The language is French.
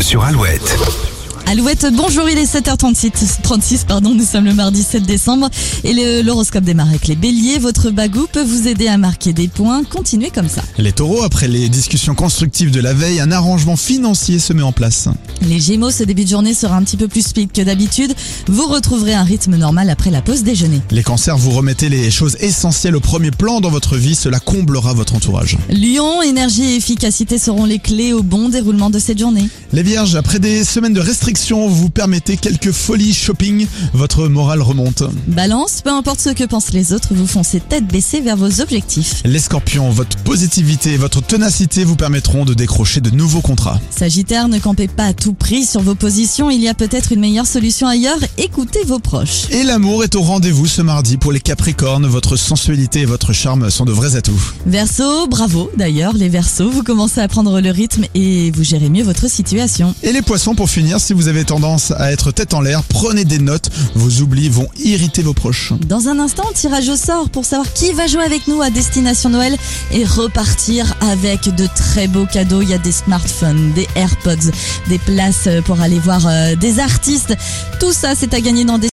sur Alouette. Alouette, bonjour, il est 7h36, 36, pardon, nous sommes le mardi 7 décembre et le- l'horoscope démarre avec les béliers. Votre bagou peut vous aider à marquer des points, continuez comme ça. Les taureaux, après les discussions constructives de la veille, un arrangement financier se met en place. Les gémeaux, ce début de journée sera un petit peu plus speed que d'habitude, vous retrouverez un rythme normal après la pause déjeuner. Les cancers, vous remettez les choses essentielles au premier plan dans votre vie, cela comblera votre entourage. Lyon, énergie et efficacité seront les clés au bon déroulement de cette journée. Les vierges, après des semaines de restrictions, vous permettez quelques folies shopping, votre morale remonte. Balance, peu importe ce que pensent les autres, vous foncez tête baissée vers vos objectifs. Les scorpions, votre positivité et votre ténacité vous permettront de décrocher de nouveaux contrats. Sagittaire, ne campez pas à tout prix sur vos positions, il y a peut-être une meilleure solution ailleurs, écoutez vos proches. Et l'amour est au rendez-vous ce mardi pour les capricornes, votre sensualité et votre charme sont de vrais atouts. Verso, bravo d'ailleurs les Verseaux, vous commencez à prendre le rythme et vous gérez mieux votre situation. Et les poissons, pour finir, si vous avez tendance à être tête en l'air, prenez des notes, vos oublis vont irriter vos proches. Dans un instant, tirage au sort pour savoir qui va jouer avec nous à Destination Noël et repartir avec de très beaux cadeaux. Il y a des smartphones, des AirPods, des places pour aller voir euh, des artistes. Tout ça, c'est à gagner dans des...